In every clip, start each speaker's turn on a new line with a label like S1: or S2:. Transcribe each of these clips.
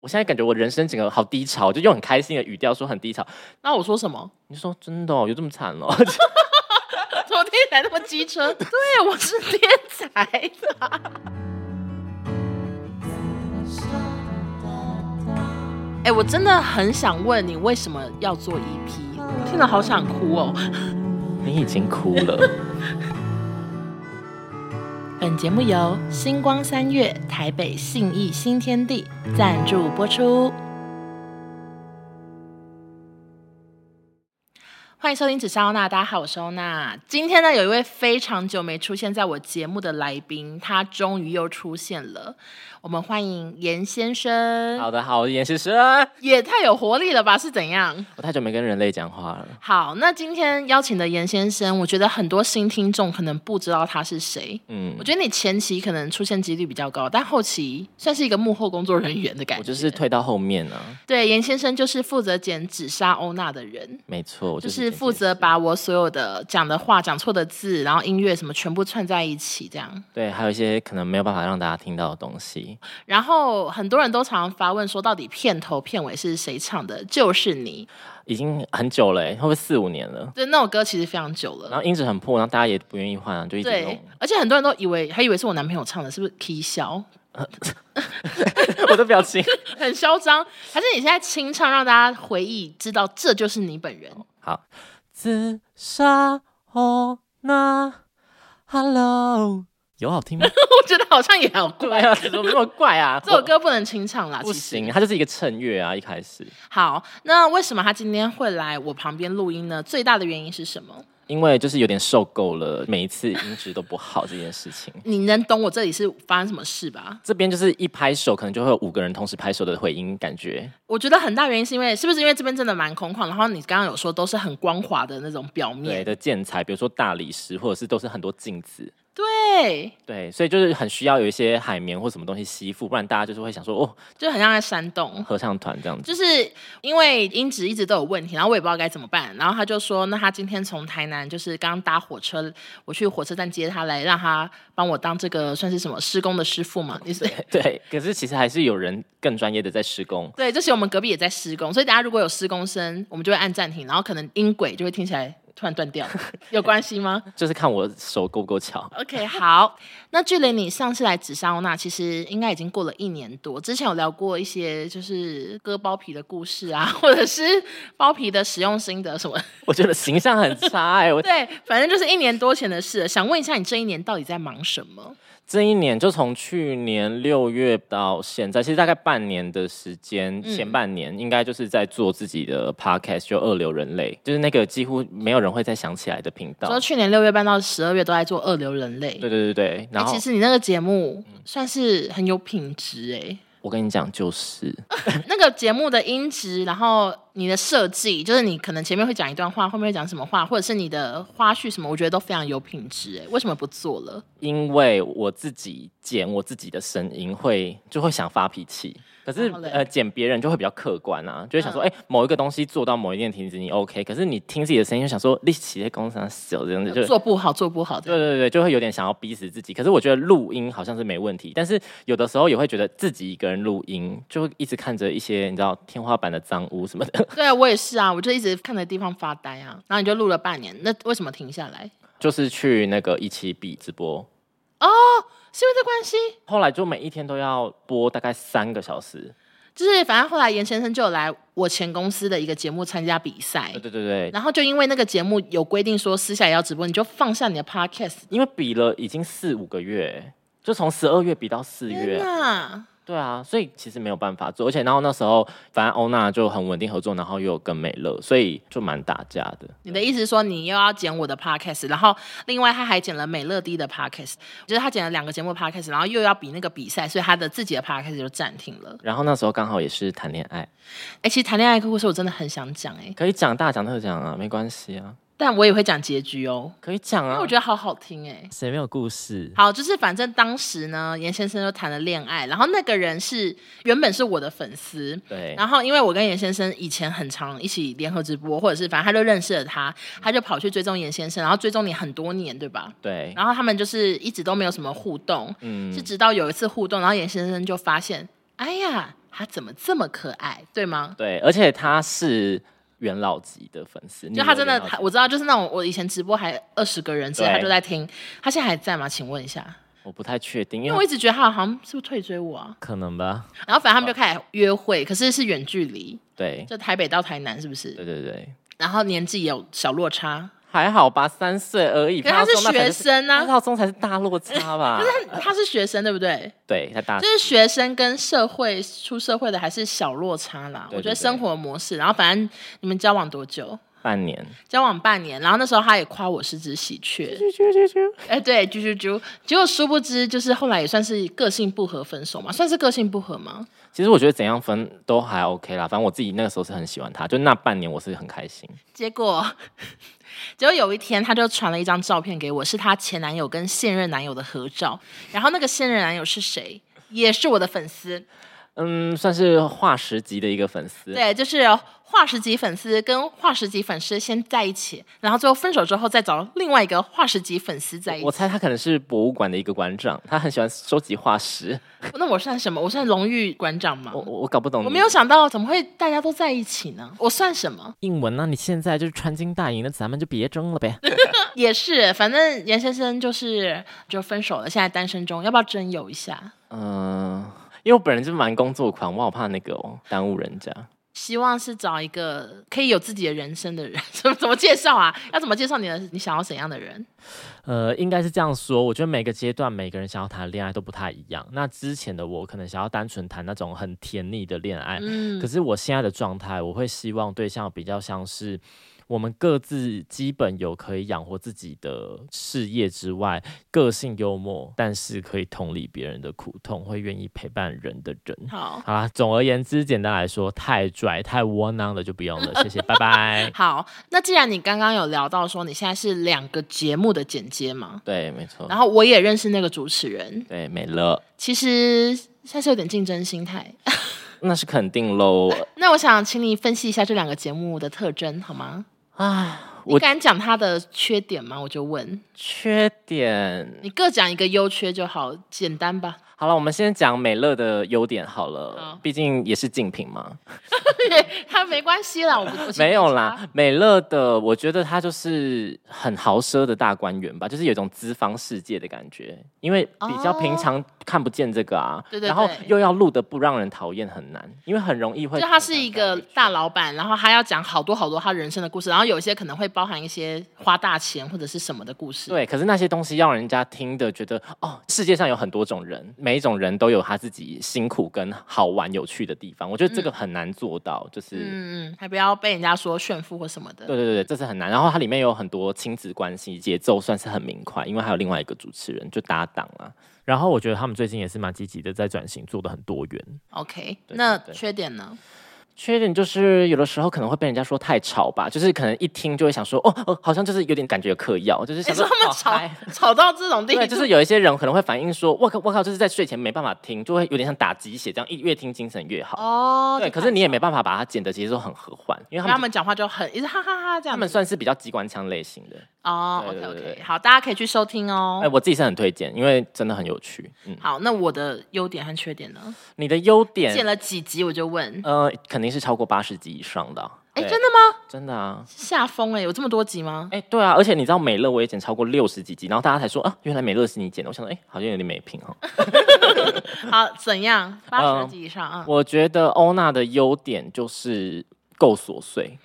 S1: 我现在感觉我人生整个好低潮，就用很开心的语调说很低潮。
S2: 那我说什 么？
S1: 你就说真的、哦、有这么惨哦？
S2: 怎么听起来那么机车？ 对，我是天才。 哎、我真的很想问你，为什么要做 EP？听了好想哭哦。
S1: 你已经哭了，
S2: 本节目由星光三月台北信义新天地赞助播出。欢迎收听《只是欧娜》，大家好，我是欧娜。今天呢，有一位非常久没出现在我节目的来宾，他终于又出现了。我们欢迎严先生。
S1: 好的，好，我是严先生，
S2: 也太有活力了吧？是怎样？
S1: 我太久没跟人类讲话了。
S2: 好，那今天邀请的严先生，我觉得很多新听众可能不知道他是谁。
S1: 嗯
S2: 我，觉得你前期可能出现几率比较高，但后期算是一个幕后工作人员的感觉。
S1: 我就是退到后面啊，
S2: 对严先生就是负责剪纸莎欧娜的人，
S1: 没错，我
S2: 就
S1: 就是
S2: 是负责把我所有的讲的话、讲错的字，然后音乐什么全部串在一起这样。
S1: 对，还有一些可能没有办法让大家听到的东西。
S2: 然后很多人都常发问说，到底片头片尾是谁唱的？就是你，
S1: 已经很久了、欸，会不会四五年了？
S2: 对那首歌其实非常久
S1: 然
S2: 了。
S1: 后音质很破，然后大家也不愿意换啊，就一直
S2: 对
S1: 弄。，
S2: 而且很多人都以为还以为是我男朋友唱的，是不是 K 笑？
S1: 我的表情。
S2: 很嚣张，还是你现在清唱让大家回忆，知道这就是你本人？
S1: 好，自杀哦，那 Hello，有好 听吗？
S2: 我觉得好像也好
S1: 对
S2: 怪。
S1: 啊，怎么那么怪啊？
S2: 这首歌不能清唱啦，
S1: 不
S2: 啊其实。
S1: 行，它就是一个衬乐啊，一开始。
S2: 好，那为什么他今天会来我旁边录音呢？最大的原因是什么？
S1: 因为就是有点受够了，每一次音质都不好这件事情。
S2: 你能懂我这里是发生什么事吧？
S1: 这边就是一拍手，可能就会有五个人同时拍手的回音感觉。
S2: 我觉得很大原因是因为，是不是因为这边真的蛮空旷？然后你刚刚有说都是很光滑的那种表
S1: 对
S2: 面，
S1: 的建材，比如说大理石，或者是都是很多镜子。
S2: 对，
S1: 对，所以就是很需要有一些海绵或什么东西吸附，不然大家就是会想说哦，
S2: 就很像在山洞。
S1: 合唱团这样子。
S2: 就是因为音质一直都有问题，然后我也不知道该怎么办。然后他就说，那他今天从台南就是刚搭火车，我去火车站接他来，让他帮我当这个算是什么施工的师傅嘛？你是
S1: 对，可是其实还是有人更专业的在施工。
S2: 对，这其实我们隔壁也在施工，所以大家如果有施工声，我们就会按暂停，然后可能音轨就会听起来突然断掉， 有关系吗
S1: 就是看我手够不够巧。
S2: ？OK，好，那距离你上次来紫砂欧娜，其实应该已经过了一年多。之前有聊过一些就是割包皮的故事啊， 或者是包皮的 使用心得什么。
S1: 我觉得形象很差哎、我
S2: 对，反正就是一年多前的事了。想问一下，你这一年到底在忙什么？
S1: 这一年就从去年六月到现在，其实大概半年的时间，
S2: 嗯
S1: 前半年应该就是在做自己的 podcast，就二流人类，就是那个几乎没有人会再想起来的频道
S2: 说。去年六月半到十二月都在做二流人类。
S1: 对对对对，
S2: 哎
S1: 然后嗯
S2: 其实你那个节目算是很有品质哎、
S1: 我跟你讲，就是
S2: 那个节目的音质，然后你的设计，就是你可能前面会讲一段话，后面会讲什么话，或者是你的花絮什么，我觉得都非常有品质。哎，为什么不做了？
S1: 因为我自己剪我自己的声音会，就会想发脾气。可是
S2: 然后嘞嗯
S1: 呃，剪别人就会比较客观啊，就会想说，哎、某一个东西做到某一定的停止你 OK，可是你听自己的声音就想说，力气在工厂小这样子，就
S2: 呃做不好，做不好
S1: 对
S2: 的。
S1: 对对，就会有点想要逼死自己。可是我觉得录音好像是没问题，但是有的时候也会觉得自己一个人录音，就会一直看着一些你知道天花板的脏污什么的，
S2: 对，我也是啊，我就一直看着地方发呆啊。然后你就录了半年，那为什么停下来？
S1: 就是去那个一期比直播，
S2: 是因为这关系？
S1: 后来就每一天都要播大概三个小时。
S2: 就是反正后来严先生就有来我前公司的一个节目参加比赛
S1: 对，对对对，
S2: 然后就因为那个节目有规定说私下也要直播，你就放下你的 podcast。
S1: 因为比了已经四五个月，就从十二月比到四月
S2: 天，哪！
S1: 对啊，所以其实没有办法做。而且然后那时候反正欧娜就很稳定合作，然后又有跟美乐，所以就蛮打架的。
S2: 你的意思是说你又要剪我的 podcast，然后另外他还剪了美乐蒂的 podcast，就是他剪了两个节目 podcast，然后又要比那个比赛，所以他的自己的 podcast 就暂停了。
S1: 然后那时候刚好也是谈恋爱。
S2: 哎、其实谈恋爱的故事我真的很想讲哎、
S1: 可以讲大讲特讲啊，没关系啊，
S2: 但我也会讲结局哦，
S1: 可以讲
S2: 因为
S1: 啊
S2: 我。觉得好好听哎、
S1: 谁没有故事？
S2: 好，就是反正当时呢，严先生就谈了恋爱，然后那个人是原本是我的粉丝，
S1: 对，
S2: 然后因为我跟严先生以前很常一起联合直播，或者是反正他就认识了他，他就跑去追踪严先生，然后追踪你很多年，对吧？
S1: 对，
S2: 然后他们就是一直都没有什么互动，
S1: 嗯
S2: 是直到有一次互动，然后严先生就发现，哎呀，他怎么这么可爱，对吗？
S1: 对，而且他是元老级的粉丝，
S2: 就他真的
S1: 你有元老，级
S2: 他我知道，就是那种我以前直播还二十个人之类，
S1: 对
S2: 他就在听，他现在还在吗？请问一下，
S1: 我不太确定，因
S2: 因
S1: 为
S2: 为我一直觉得他好像是不是退追我啊？
S1: 可能吧。
S2: 然后反正他们就
S1: 嗯
S2: 开始约会，可是是远距离，
S1: 对，
S2: 就台北到台南是不是？
S1: 对对对，
S2: 然后年纪也有小落差，
S1: 还好吧，三岁而已。
S2: 可是他是
S1: 潘浩宗那才
S2: 学生啊
S1: 潘浩宗才是大落差吧？
S2: 但他是学生对不对？
S1: 对，他大
S2: 就。是学生跟社会出社会的还是小落差啦。
S1: 对
S2: 我觉得
S1: 对对
S2: 生活模式，然后反正你们交往多久？
S1: 半年，
S2: 交往半年，然后那时候他也夸我是只喜鹊，哎，对，啾啾啾。结果殊不知，就是后来也算是个性不合分手嘛，算是个性不合吗？
S1: 其实我觉得怎样分都还 OK 啦，反正我自己那个时候是很喜欢他，就那半年我是很开心。
S2: 结果， 结果有一天，她就传了一张照片给我，是她前男友跟现任男友的合照。然后那个现任男友是谁？也是我的粉丝，
S1: 嗯，算是化石级的一个粉丝。
S2: 对，就是化石级粉丝跟化石级粉丝先在一起，然后最后分手之后再找另外一个化石级粉丝在一
S1: 我
S2: 起。
S1: 猜他可能是博物馆的一个馆长，他很喜欢收集化石。
S2: 那我算什么？我算荣誉馆长吗
S1: 我？我我搞不懂你，
S2: 我没有想到怎么会大家都在一起呢？我算什么？
S1: 英文那、啊你现在就是穿金戴银的，咱们就别争了呗。
S2: 也是，反正严先生就是就分手了，现在单身中，要不要征友一下？
S1: 嗯、因为我本人就蛮工作狂，我好怕那个哦，耽误人家。
S2: 希望是找一个可以有自己的人生的人， 怎么怎么介绍啊？要怎么介绍你的？你想要怎样的人？
S3: 呃，应该是这样说。我觉得每个阶段每个人想要谈的恋爱都不太一样。那之前的我可能想要单纯谈那种很甜腻的恋爱，
S2: 嗯
S3: 可，是我现在的状态，我会希望对象比较像是我们各自基本有可以养活自己的事业之外，个性幽默，但是可以同理别人的苦痛，会愿意陪伴人的人。
S2: 好
S3: 好啦，总而言之，简单来说，太拽、太窝囊的就不用了。谢谢，拜拜。
S2: 好。那既然你刚刚有聊到说你现在是两个节目的剪接嘛，
S1: 对，没错
S2: 然。后我也认识那个主持人，
S1: 对，没了，
S2: 其实现在是有点竞争心态。
S1: 那是肯定喽。
S2: 那我想请你分析一下这两个节目的特征好吗？
S1: 唉，
S2: 你
S1: 我
S2: 敢讲他的缺点吗？我就问
S1: 缺点
S2: 你各讲一个优缺就好，简单吧。
S1: 好了，我们先讲美乐的优点好
S2: 好
S1: 了，毕竟也是竞品嘛。
S2: 他没关系啦，我不我
S1: 没有啦，美乐的，我觉得他就是很豪奢的大观园吧，就是有一种资方世界的感觉，因为比较
S2: 哦
S1: 平常看不见这个啊，
S2: 对对
S1: 然后
S2: 对
S1: 又要录的不让人讨厌很难，因为很容易会
S2: 就他是一个大老板，然后他要讲好多好多他人生的故事，然后有一些可能会包含一些花大钱或者是什么的故事。，
S1: 对，可是那些东西让人家听的觉得哦，世界上有很多种人，每一种人都有他自己辛苦跟好玩有趣的地方，我觉得这个很难做到，就是。
S2: 嗯嗯，嗯，还不要被人家说炫富或什么的。
S1: 对对对，对这是很难。然后它里面有很多亲子关系，节奏算是很明快，因为还有另外一个主持人就搭档啊啦。
S3: 然后我觉得他们最近也是蛮积极的，在转型，做的很多元。
S2: OK，
S1: 对
S2: 那
S1: 对
S2: 缺点呢？
S1: 缺点就是有的时候可能会被人家说太吵吧，就是可能一听就会想说，哦哦，好像就是有点感觉有嗑药，就是
S2: 你
S1: 想
S2: 说
S1: 说
S2: 他们
S1: 哦
S2: 吵、
S1: 嗨
S2: 吵到这种地步，
S1: 对，就是有一些人可能会反映说，我靠我靠，就是在睡前没办法听，就会有点像打鸡血这样，一越听精神越好。
S2: 哦，
S1: 对，
S2: 就
S1: 可
S2: 看
S1: 是你也没办法把它剪得其实都很和缓，因为
S2: 因
S1: 他
S2: 为他
S1: 们
S2: 们讲话就很一直哈哈哈这
S1: 他
S2: 样
S1: 们
S2: 子。
S1: 算是比较机关枪类型的。
S2: 哦
S1: 对
S2: ，OK
S1: 对对对
S2: OK，
S1: 对
S2: 好，大家可以去收听哦
S1: 哎、。我自己是很推荐，因为真的很有趣。嗯，
S2: 好，那我的优点和缺点呢？
S1: 你的优点
S2: 剪了几集我就问，
S1: 呃，肯定是超过八十集以上的、啊。
S2: 哎，
S1: 对
S2: 真的吗？
S1: 真的啊！
S2: 下风哎，有这么多集吗？
S1: 哎、对啊，而且你知道美乐我也剪超过六十几集，然后大家才说啊，原来美乐是你剪的。我想说，哎、好像有点没品哦。
S2: 嗯好，怎样？八十
S1: 嗯
S2: 集以上啊？
S1: 我觉得欧娜的优点就是够琐碎，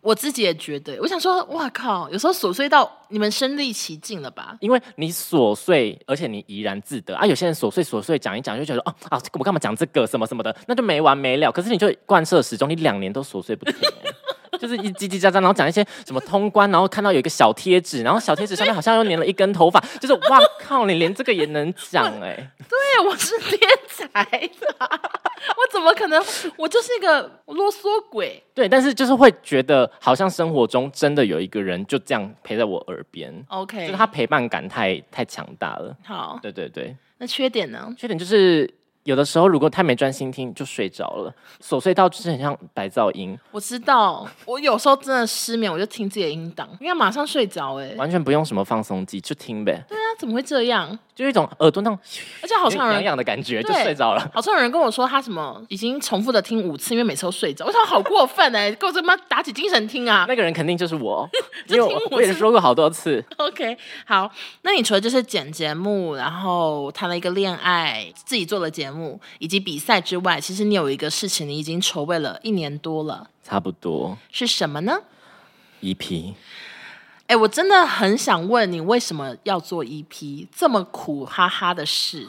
S2: 我自己也觉得，我想说，哇靠，有时候琐碎到你们身历其境了吧？
S1: 因为你琐碎，而且你怡然自得啊。有些人琐碎琐碎讲一讲就觉得哦啊，我干嘛讲这个什么什么的，那就没完没了。可是你就贯彻始终，你两年都琐碎不停、哎 就是一叽叽喳喳，然后讲一些什么通关，然后看到有一个小贴纸，然后小贴纸上面好像又粘了一根头发，就是哇靠，你连这个也能讲哎、
S2: 对，我是天才的， 我怎么可能？我就是一个啰嗦鬼。
S1: 对，但是就是会觉得好像生活中真的有一个人就这样陪在我耳边，就
S2: OK，
S1: 是他陪伴感太太强大了。
S2: 好，
S1: 对对对，
S2: 那缺点呢？
S1: 缺点就是有的时候如果太没专心听就睡着了，琐碎到就是很像白噪音，
S2: 我知道，我有时候真的失眠，我就听自己的音档，因为马上睡着哎、欸。哎
S1: 完全不用什么放松剂就听呗。
S2: 那怎么会这样？
S1: 就一种耳朵那种
S2: 而且好像有
S1: 痒
S2: 人，
S1: 痒的感觉，就
S2: 对
S1: 睡着了。
S2: 好像有人跟我说他什么已经重复的听五次，因为每次都睡着。我想好过分哎、 给我这妈打起精神听啊！
S1: 那个人肯定就是 我，因
S2: 这
S1: 为
S2: 听
S1: 我
S2: 我
S1: 我也
S2: 是
S1: 说过好多次，
S2: OK，好，那你除了就是剪节目，然后谈了一个恋爱，自己做了节目，以及比赛之外，其实你有一个事情你已经筹备了一年多了，
S1: 差不多
S2: 是什么呢？
S1: 一批。
S2: 哎，我真的很想问你，为什么要做 EP 这么苦哈哈的事？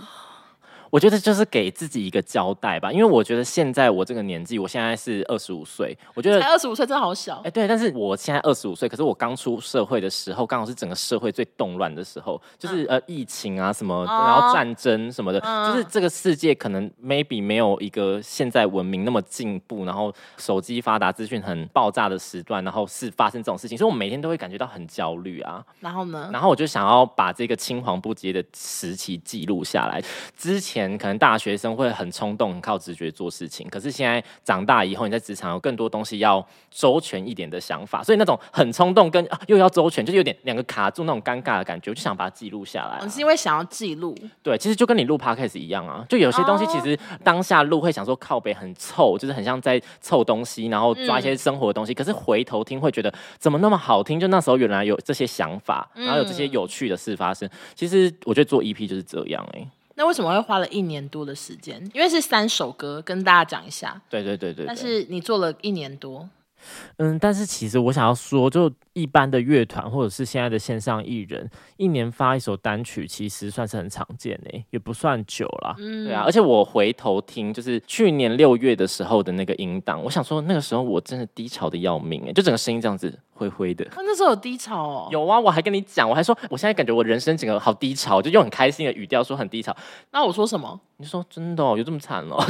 S1: 我觉得就是给自己一个交代吧，因为我觉得现在我这个年纪，我现在是二十五岁，我觉得
S2: 才二十五岁，真的好小
S1: 哎、。对，但是我现在二十五岁，可是我刚出社会的时候，刚好是整个社会最动乱的时候，就是、呃疫情啊什么，然
S2: 嗯哦
S1: 后战争什么的，
S2: 嗯
S1: 就是这个世界可能 maybe 没有一个现在文明那么进步，然后手机发达、资讯很爆炸的时段，然后是发生这种事情，所以我每天都会感觉到很焦虑啊。
S2: 然后呢？
S1: 然后我就想要把这个青黄不接的时期记录下来。之前可能大学生会很冲动、很靠直觉做事情，可是现在长大以后，你在职场有更多东西要周全一点的想法，所以那种很冲动跟、啊又要周全，就是有点两个卡住那种尴尬的感觉，我就想把它记录下来啊、
S2: 我哦是因为想要记录，
S1: 对，其实就跟你录 podcast 一样啊，就有些东西
S2: 哦
S1: 其实当下录会想说靠北很臭，就是很像在凑东西，然后抓一
S2: 嗯
S1: 些生活的东西。可是回头听会觉得怎么那么好听？就那时候原来有这些想法，然后有这
S2: 嗯
S1: 些有趣的事发生。其实我觉得做 EP 就是这样哎、
S2: 那为什么会花了一年多的时间？因为是三首歌，跟大家讲一下。
S1: 对对对对
S2: 但
S1: 对。
S2: 是你做了一年多，
S3: 嗯，但是其实我想要说，就一般的乐团或者是现在的线上艺人，一年发一首单曲，其实算是很常见
S1: 欸
S3: 诶、也不算久啦。
S2: 嗯，
S1: 对啊，而且我回头听，就是去年六月的时候的那个音档，我想说那个时候我真的低潮的要命哎、就整个声音这样子灰灰的。
S2: 那那时候有低潮哦，
S1: 有啊，我还跟你讲，我还说我现在感觉我人生整个好低潮，就用很开心的语调说很低潮。
S2: 那我说什么？
S1: 你说真的、哦、有这么惨 哦？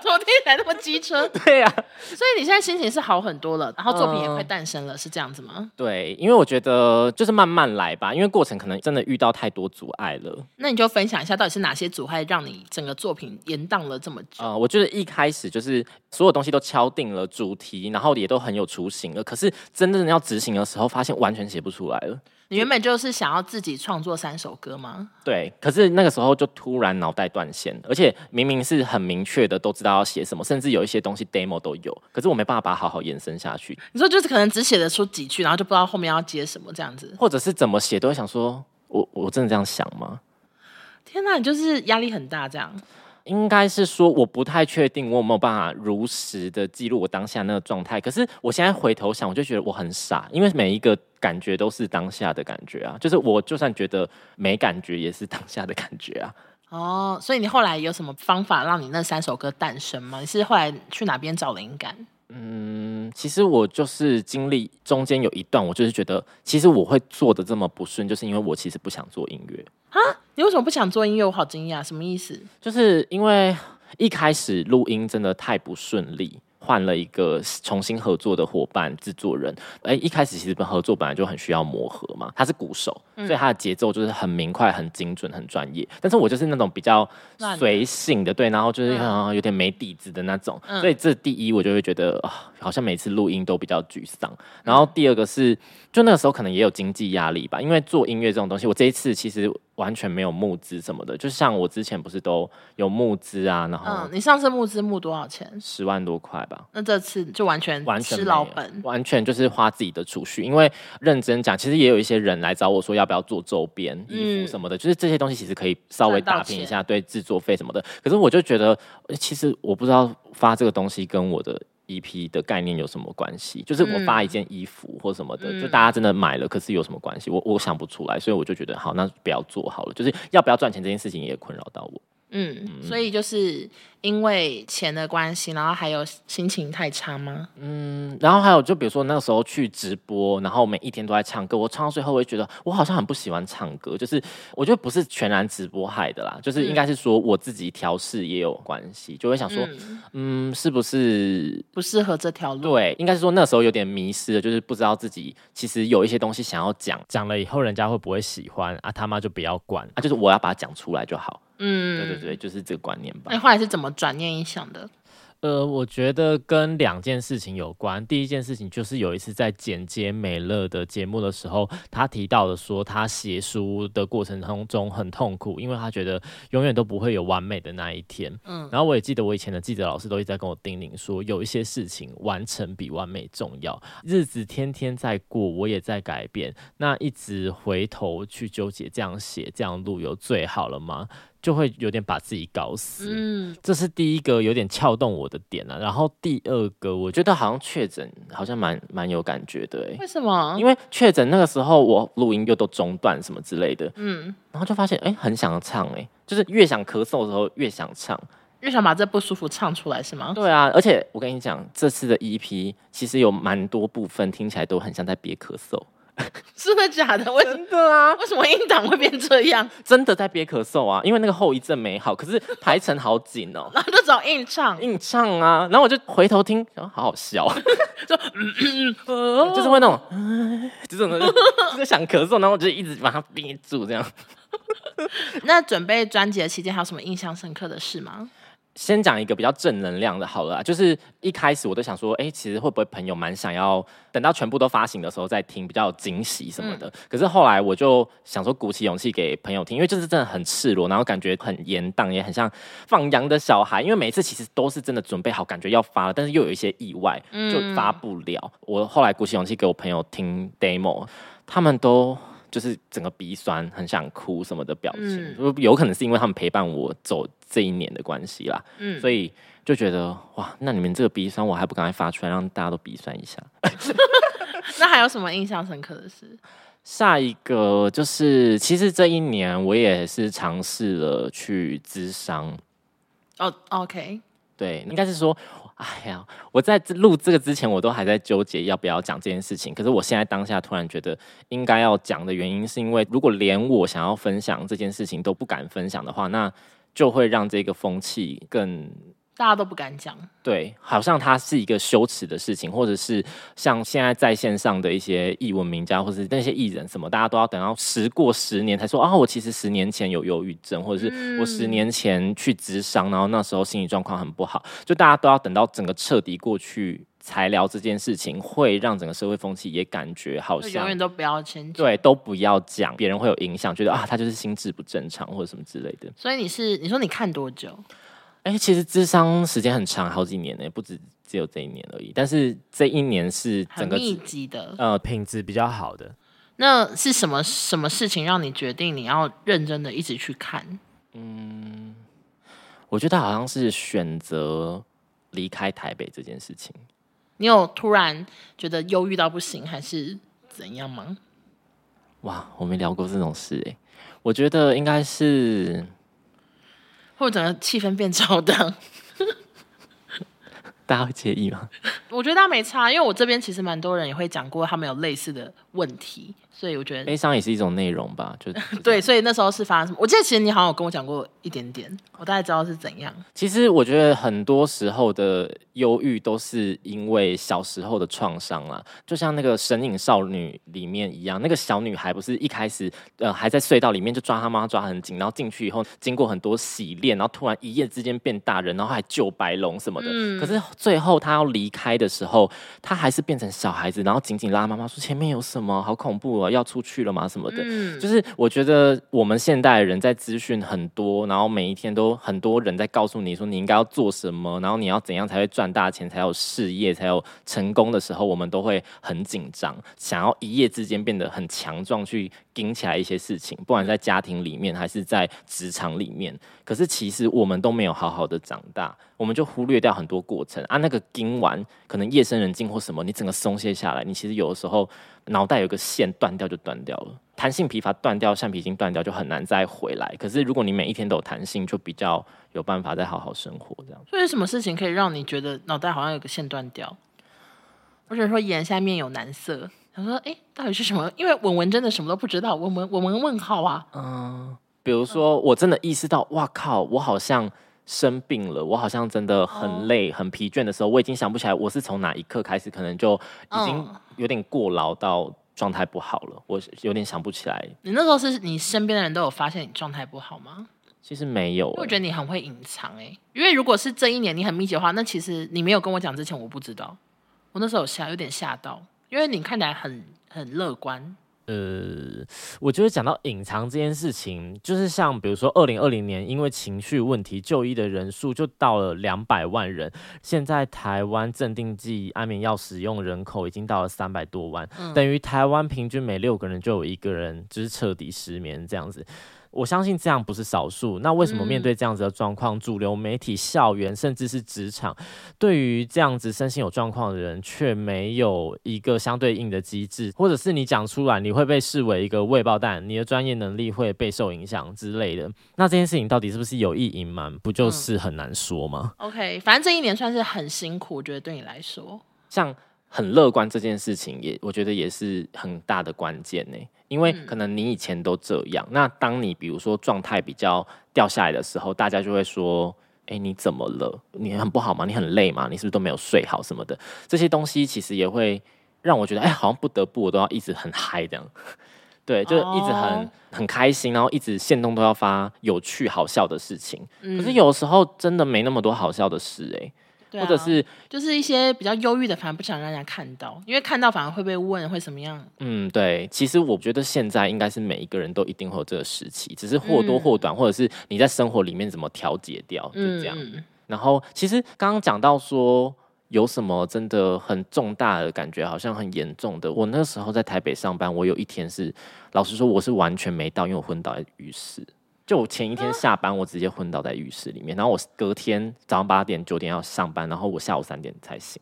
S2: 怎么听起来那么机车？
S1: 对啊呀、
S2: 所以你现在心情是好很多了，然后作品也
S1: 嗯
S2: 快诞生了，是这样子吗？
S1: 对，因为我觉得就是慢慢来吧，因为过程可能真的遇到太多阻碍了。
S2: 那你就分享一下，到底是哪些阻碍让你整个作品延宕了这么久？
S1: 呃，我觉得一开始就是所有东西都敲定了主题，然后也都很有雏形了，可是真正要执行的时候，发现完全写不出来了。
S2: 你原本就是想要自己创作三首歌吗？
S1: 对，可是那个时候就突然脑袋断线，而且明明是很明确的，都知道要写什么，甚至有一些东西 demo 都有，可是我没办法把它好好延伸下去，
S2: 你说就是可能只写得出几句，然后就不知道后面要接什么这样子。
S1: 或者是怎么写都会想说，我我真的这样想吗？
S2: 天哪，你就是压力很大这样。
S1: 应该是说，我不太确定我有没有办法如实的记录我当下那个状态。可是我现在回头想，我就觉得我很傻，因为每一个感觉都是当下的感觉啊。就是我就算觉得没感觉，也是当下的感觉啊。
S2: 哦，所以你后来有什么方法让你那三首歌诞生吗？你是后来去哪边找灵感？
S1: 嗯，其实我就是经历中间有一段，我就是觉得，其实我会做的这么不顺，就是因为我其实不想做音乐，
S2: 你为什么不想做音乐？我好惊讶，什么意思？
S1: 就是因为一开始录音真的太不顺利。换了一个重新合作的伙伴，制作人。哎、一开始其实合作本来就很需要磨合嘛，他是鼓手，
S2: 嗯
S1: 所以他的节奏就是很明快、很精准、很专业。但是我就是那种比较
S2: 乱的
S1: 随性的，对，然后就是、
S2: 嗯
S1: 呃有点没底子的那种。
S2: 嗯
S1: 所以这第一，我就会觉得啊、好像每次录音都比较沮丧。然后第二个是，就那个时候可能也有经济压力吧，因为做音乐这种东西，我这一次其实完全没有募资什么的，就像我之前不是都有募资啊，然后
S2: 嗯，你上次募资募多少钱？
S1: 十万多块吧。
S2: 那这次就完全
S1: 完全
S2: 吃
S1: 没
S2: 老
S1: 有
S2: 本，
S1: 完全就是花自己的储蓄。因为认真讲，其实也有一些人来找我说要不要做周边、衣
S2: 嗯
S1: 服什么的，就是这些东西其实可以稍微
S2: 赚到
S1: 打拼一下，对制作费什么的。可是我就觉得，呃其实我不知道发这个东西跟我的。EP 的概念有什么关系？就是我
S2: 嗯
S1: 发一件衣服或什么的，就大家真的买了，可是有什么关系？我我想不出来，所以我就觉得好，那不要做好了。就是要不要赚钱这件事情也困扰到我。
S2: 嗯，所以就是因为钱的关系，然后还有心情太差吗？
S1: 嗯然后还有就比如说那个时候去直播，然后每一天都在唱歌，我唱到最后我会觉得我好像很不喜欢唱歌，就是我觉得不是全然直播害的啦，就是
S3: 嗯
S1: 应该是说我自己调试也有关系，就会想说，嗯是不是
S2: 不适合这条路。
S1: 对？应该是说那时候有点迷失了，就是不知道自己其实有一些东西想要讲
S3: 讲了以后，人家会不会喜欢啊？他妈就不要管。
S1: 啊，就是我要把它讲出来就好。
S2: 嗯，
S1: 对对对，就是这个观念吧
S2: 那你。后来是怎么转念影响的？
S3: 呃，我觉得跟两件事情有关。第一件事情就是有一次在剪接美乐的节目的时候，他提到的说他写书的过程当中很痛苦，因为他觉得永远都不会有完美的那一天。
S2: 嗯
S3: 嗯，然后我也记得我以前的记者老师都一直在跟我叮咛说，有一些事情完成比完美重要。日子天天在过，我也在改变，那一直回头去纠结这样写这样录有最好了吗？就会有点把自己搞死。
S2: 嗯，
S3: 这是第一个有点撬动我的点啊。然后第二个，我
S1: 我
S3: 觉
S1: 觉得好像确诊好像蛮蛮有感觉的哎、
S2: 为什么？
S1: 因为确诊那个时候，我录音又都中断什么之类的，
S2: 嗯，
S1: 然后就发现哎、很想唱哎、就是越想咳嗽的时候越想唱。
S2: 越想把这不舒服唱出来是吗？
S1: 对啊，而且我跟你讲，这次的 EP 其实有蛮多部分听起来都很像在憋咳嗽，
S2: 真的假的？为什么
S1: 真的啊，
S2: 为什么音档会变这样？。
S1: 真的在憋咳嗽啊，因为那个后遗症没好，可是排程好紧哦
S2: 然后就只好硬唱，
S1: 硬唱啊，然后我就回头听，然后好好 笑，嗯
S2: 就哦
S1: 就是会那种，哎这种的就就是想咳嗽，然后我就一直把它憋住，这样。
S2: 那准备专辑的期间还有什么印象深刻的事吗？
S1: 先讲一个比较正能量的，好了啊，就是一开始我都想说，哎、其实会不会朋友蛮想要等到全部都发行的时候再听，比较有惊喜什么的。可是后来我就想说，鼓起勇气给朋友听，因为就是真的很赤裸，然后感觉很严荡，也很像放羊的小孩。因为每次其实都是真的准备好，感觉要发了，但是又有一些意外，就发不了。我后来鼓起勇气给我朋友听 demo，他们都。就是整个鼻酸，很想哭什么的表情，有可能是因为他们陪伴我走这一年的关系啦。
S2: 嗯，
S1: 所以就觉得哇，那你们这个鼻酸我还不赶快发出来，让大家都鼻酸一下。
S2: 那还有什么印象深刻的事？
S1: 下一个就是，其实这一年我也是尝试了去咨商，
S2: 哦、o k
S1: 对，应该是说，哎呀，我在这录这个之前，我都还在纠结要不要讲这件事情。可是我现在当下突然觉得应该要讲的原因，是因为如果连我想要分享这件事情都不敢分享的话，那就会让这个风气更
S2: 大家都不敢讲，
S1: 对，好像它是一个羞耻的事情，或者是像现在在线上的一些艺文名家，或是那些艺人什么，大家都要等到时过十年才说啊，我其实十年前有忧郁症，或者是我
S2: 嗯
S1: 十年前去职商，然后那时候心理状况很不好，就大家都要等到整个彻底过去才聊这件事情，会让整个社会风气也感觉好
S2: 就永
S1: 像
S2: 远都不要先讲。
S1: 对都不要讲，别人会有影响，觉得啊他就是心智不正常或者什么之类的。
S2: 所以你是你说你看多久？
S1: 哎、其实智商时间很长，好几年呢、不止只有这一年而已。但是这一年是整
S2: 很
S1: 个呃
S2: 密集的。
S3: 得品质比较好的，
S2: 那是什么什么事情让你决定你要认真的一直去看？
S1: 我觉得好像是选择离开台北这件事情。
S2: 你有突然觉得忧郁到不行，还是怎样吗？
S1: 哇，我没聊过这种事哎、我觉得应该是
S2: 或者整个气氛变 超荡？
S1: 大家会介意吗？
S2: 我觉得大家没差，因为我这边其实蛮多人也会讲过他们有类似的问题，所以我觉得
S1: 悲伤也是一种内容吧，就
S2: 对，所以那时候是发生什么？我记得其实你好像有跟我讲过一点点，我大概知道是怎样。
S1: 其实我觉得很多时候的忧郁都是因为小时候的创伤啦，就像那个《神隐少女》里面一样，那个小女孩不是一开始呃还在隧道里面就抓她妈抓很紧，然后进去以后经过很多洗练，然后突然一夜之间变大人，然后还救白龙什么的。可是最后她要离开的时候，她还是变成小孩子，然后紧紧拉妈妈说前面有什么，好恐怖哦，要出去了吗什么的。
S2: 嗯，
S1: 就是我觉得我们现代人在资讯很多，然后每一天都很多人在告诉你说你应该要做什么，然后你要怎样才会赚大钱，才有事业，才有成功的时候，我们都会很紧张，想要一夜之间变得很强壮，去顶起来一些事情，不管在家庭里面还是在职场里面。可是其实我们都没有好好的长大，我们就忽略掉很多过程啊。那个盯完，可能夜深人静或什么，你整个松懈下来，你其实有的时候脑袋有个线断掉就断掉了，弹性疲乏断掉，橡皮筋断掉就很难再回来。可是如果你每一天都有弹性，就比较有办法再好好生活这样。
S2: 所以什么事情可以让你觉得脑袋好像有个线断掉？或者说眼下面有难色？想说，哎，到底是什么？因为文文真的什么都不知道，文文文文问号啊，
S1: 比如说，我真的意识到，哇靠，我好像生病了，我好像真的很累、
S2: 哦
S1: 很疲倦的时候，我已经想不起来我是从哪一刻开始，可能就已经
S2: 嗯
S1: 有点过劳到状态不好了，我有点想不起来。
S2: 你那时候是你身边的人都有发现你状态不好吗？
S1: 其实没有、
S2: 因为我
S1: 欸
S2: 觉得你很会隐藏哎、因为如果是这一年你很密集的话，那其实你没有跟我讲之前我不知道，我那时候有吓有点吓到，因为你看起来很很乐观，
S3: 呃，我觉得讲到隐藏这件事情，就是像比如说二零二零年，因为情绪问题就医的人数就到了两百万人，现在台湾镇定剂安眠药使用人口已经到了三百多万，等于台湾平均每六个人就有一个人就是彻底失眠这样子。我相信这样不是少数。那为什么面对这样子的状况，主流媒体、校园甚至是职场，对于这样子身心有状况的人，却没有一个相对应的机制，或者是你讲出来，你会被视为一个未爆弹，你的专业能力会备受影响之类的。那这件事情到底是不是有意隐瞒，不就是很难说吗？
S2: OK，反正这一年算是很辛苦，我觉得对你来说，
S1: 像很乐观这件事情也，我觉得也是很大的关键呢、因为
S2: 嗯
S1: 可能你以前都这样，那当你比如说状态比较掉下来的时候，大家就会说。哎，你怎么了？你很不好吗？你很累吗？你是不是都没有睡好什么的？这些东西其实也会让我觉得，哎，好像不得不我都要一直很嗨这样， 对，就一直很、
S2: 哦
S1: 很开心，然后一直现动都要发有趣好笑的事情。
S2: 嗯
S1: 可是有时候真的没那么多好笑的事哎、
S2: 对啊
S1: 或者是
S2: 就是一些比较忧郁的，反而不想让人家看到，因为看到反而会被问会怎么样。
S1: 嗯，对，其实我觉得现在应该是每一个人都一定会有这个时期，只是或多或短，或者是你在生活里面怎么调节掉，就
S2: 嗯，
S1: 这样。
S2: 嗯
S1: 然后其实刚刚讲到说有什么真的很重大的感觉，好像很严重的。我那时候在台北上班，我有一天是，老实说我是完全没到，因为我昏倒在浴室。就我前一天下班，我直接昏倒在浴室里面，然后我隔天早上八点九点要上班，然后我下午三点才醒。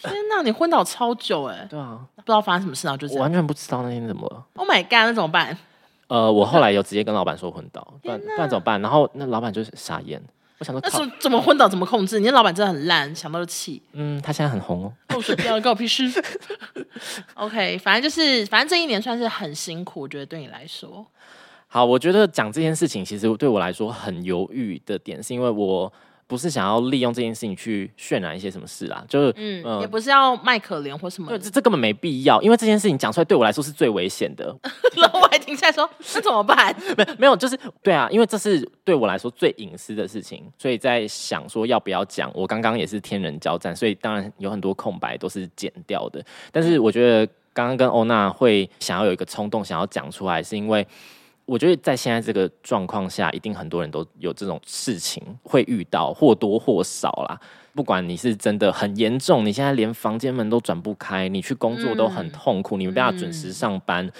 S2: 天哪，你昏倒超久哎、
S1: 对啊，
S2: 不知道发生什么事，然后就这
S1: 我
S2: 样。
S1: 完全不知道那天怎么了。
S2: Oh my god，那怎么办？
S1: 呃，我后来有直接跟老板说昏倒，不然不然怎么办？然后那老板就是傻眼，我想说
S2: 那
S1: 靠，
S2: 怎怎么昏倒？怎么控制？你的老板真的很烂，想到就气。
S1: 嗯，他现在很红哦。
S2: 漏水掉了，关我屁事。OK，反正就是，反正这一年算是很辛苦，我觉得对你来说，
S1: 好，我觉得讲这件事情其实对我来说很犹豫的点，是因为我不是想要利用这件事情去渲染一些什么事啦，就是
S2: 嗯，
S1: 嗯
S2: 也不是要卖可怜或什么
S1: 对，，这这根本没必要，因为这件事情讲出来对我来说是最危险的。
S2: 然后我还停下来说，那怎么办？
S1: 没有，就是对啊，因为这是对我来说最隐私的事情，所以在想说要不要讲。我刚刚也是天人交战，所以当然有很多空白都是剪掉的。但是我觉得刚刚跟欧娜会想要有一个冲动想要讲出来，是因为。我觉得在现在这个状况下，一定很多人都有这种事情会遇到，或多或少啦。不管你是真的很严重，你现在连房间门都转不开，你去工作都很痛苦，你没办法准时上班，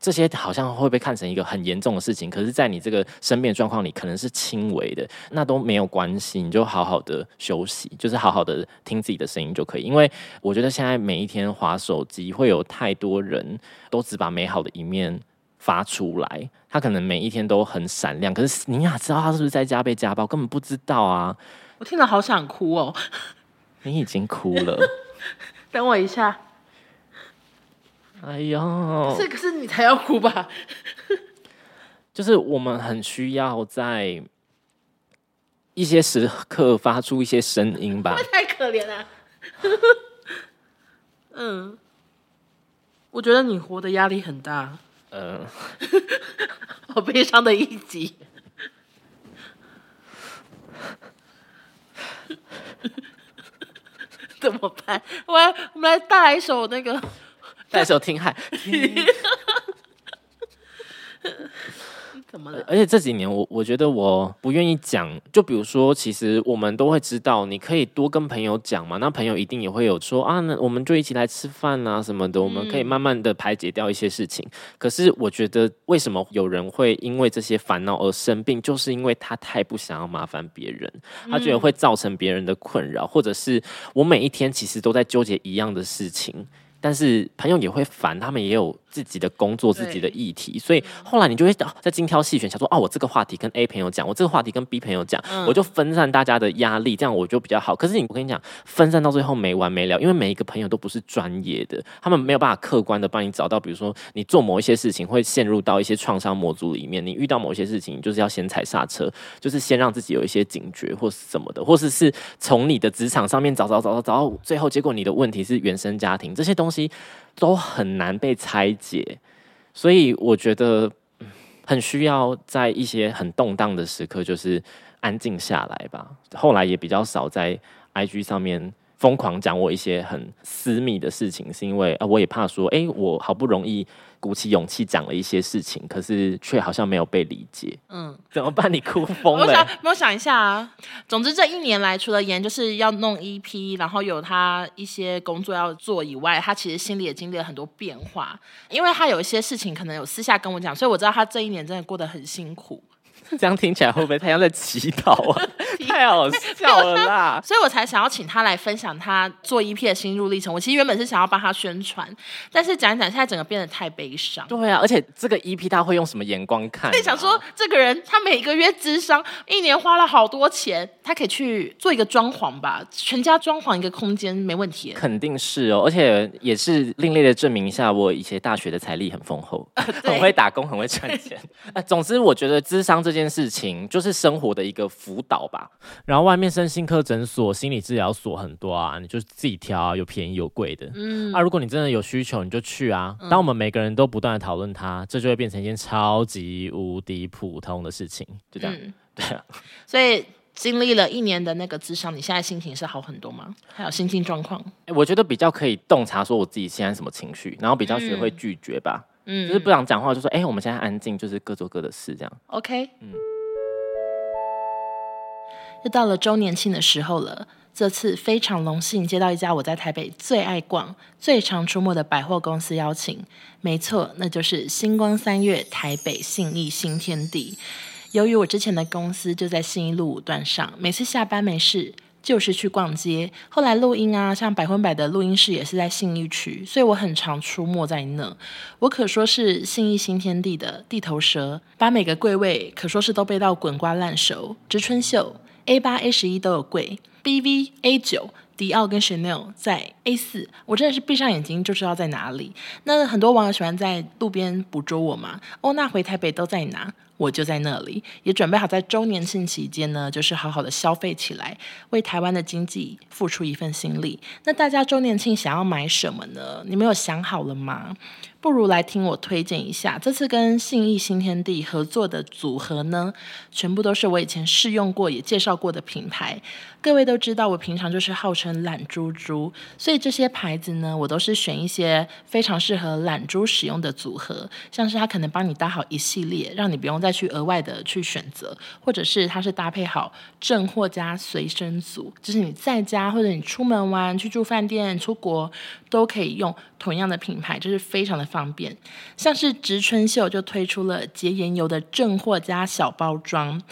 S1: 这些好像会被看成一个很严重的事情，可是，在你这个生病的状况里，可能是轻微的，那都没有关系，你就好好的休息，就是好好的听自己的声音就可以。因为我觉得现在每一天划手机，会有太多人都只把美好的一面发出来，他可能每一天都很闪亮，可是你哪知道他是不是在家被家暴，根本不知道啊！
S2: 我听了好想哭哦，
S1: 你已经哭了，
S2: 等我一下，
S1: 哎呦，
S2: 这可是你才要哭吧？
S1: 就是我们很需要在一些时刻发出一些声音 吧。
S2: 太可怜了。嗯，我觉得你活的压力很大，
S1: 呃，
S2: 好悲伤的一集。 怎么办？我来，我们来带来一首那个，
S1: 带手听海。
S2: 怎么了？
S1: 而且这几年我我觉得我不愿意讲，就比如说，其实我们都会知道，你可以多跟朋友讲嘛，那朋友一定也会有说啊，那我们就一起来吃饭啊什么的，我们可以慢慢的排解掉一些事情。可是我觉得，为什么有人会因为这些烦恼而生病，就是因为他太不想要麻烦别人，他觉得会造成别人的困扰，或者是我每一天其实都在纠结一样的事情。但是朋友也会烦，他们也有自己的工作、自己的
S2: 对
S1: 议题，所以后来你就会啊在精挑细选，想说哦，我这个话题跟 A 朋友讲，我这个话题跟 B 朋友讲，我就分散大家的压力，这样我就比较好。可是你，我跟你讲，分散到最后没完没了，因为每一个朋友都不是专业的，他们没有办法客观的帮你找到，比如说你做某一些事情会陷入到一些创伤模组里面，你遇到某一些事情，你就是要先踩刹车，就是先让自己有一些警觉或是什么的，或者是从你的职场上面找找找找找到最后结果你的问题是原生家庭，这些东西都很难被拆解，所以我觉得。嗯很需要在一些很动荡的时刻，就是安静下来吧。后来也比较少在 IG 上面疯狂讲我一些很私密的事情，是因为啊、我也怕说，哎、我好不容易鼓起勇气讲了一些事情，可是却好像没有被理解，
S2: 嗯，
S1: 怎么办？你哭疯
S2: 我
S1: 了、欸
S2: 想，我想一下啊。总之，这一年来，除了研就是要弄 EP，然后有他一些工作要做以外，他其实心里也经历了很多变化，因为他有一些事情可能有私下跟我讲，所以我知道他这一年真的过得很辛苦。
S1: 这样听起来会不会太像在祈祷 啊？太好笑了啦！
S2: 所以我才想要请他来分享他做 EP 的心路历程。我其实原本是想要帮他宣传，但是讲一讲，现在整个变得太悲 伤。
S1: 对啊，而且这个 EP 他会用什么眼光看、啊？
S2: 在想说，这个人他每个月智商，一年花了好多钱，他可以去做一个装潢吧，全家装潢一个空间没问题。
S1: 肯定是哦，而且也是另类的证明一下我以前大学的财力很丰厚，
S2: 啊 对
S1: 很会打工，很会赚 钱。啊，总之我觉得智商这件事情就是生活的一个辅导吧。
S3: 然后外面身心科诊所、心理治疗所很多啊，你就自己挑、啊，有便宜有贵的。嗯，啊，如果你真的有需求，你就去啊。
S2: 嗯
S3: 当我们每个人都不断的讨论它，这就会变成一件超级无敌普通的事情。
S1: 就这样，
S2: 嗯
S1: 对啊，
S2: 所以经历了一年的那个智商，你现在心情是好很多吗？还有心境状况？
S1: 哎我觉得比较可以洞察说我自己现在什么情绪，然后比较学会拒绝吧，
S2: 嗯，
S1: 就是不想讲话，就说哎、我们现在安静，就是各做各的事这样。
S2: OK，
S1: 嗯
S2: 又到了周年庆的时候了。这次非常荣幸接到一家我在台北最爱逛、最常出没的百货公司邀请，没错，那就是星光三月台北信义新天地。由于我之前的公司就在信义路五段上，每次下班没事就是去逛街。后来录音啊，像百分百的录音室也是在信义区，所以我很常出没在那。我可说是信义新天地的地头蛇，把每个柜位可说是都背到滚瓜烂熟。植村秀 A 八、A 十一都有柜，BV、A 九。迪奥跟 Chanel 在 A 四，我真的是闭上眼睛就知道在哪里。那很多网友喜欢在路边捕捉我嘛，哦，那回台北都在哪？我就在那里，也准备好在周年庆期间呢，就是好好的消费起来，为台湾的经济付出一份心力。那大家周年庆想要买什么呢？你们有想好了吗？不如来听我推荐一下，这次跟信义新天地合作的组合呢，全部都是我以前试用过也介绍过的品牌。各位都知道，我平常就是号称懒猪猪，所以这些牌子呢，我都是选一些非常适合懒猪使用的组合，像是它可能帮你搭好一系列，让你不用再去额外的去选择，或者是它是搭配好正货加随身组，就是你在家或者你出门玩、去住饭店、出国都可以用同样的品牌，就是非常的方便。像是植村秀就推出了洁颜油的正货加小包装，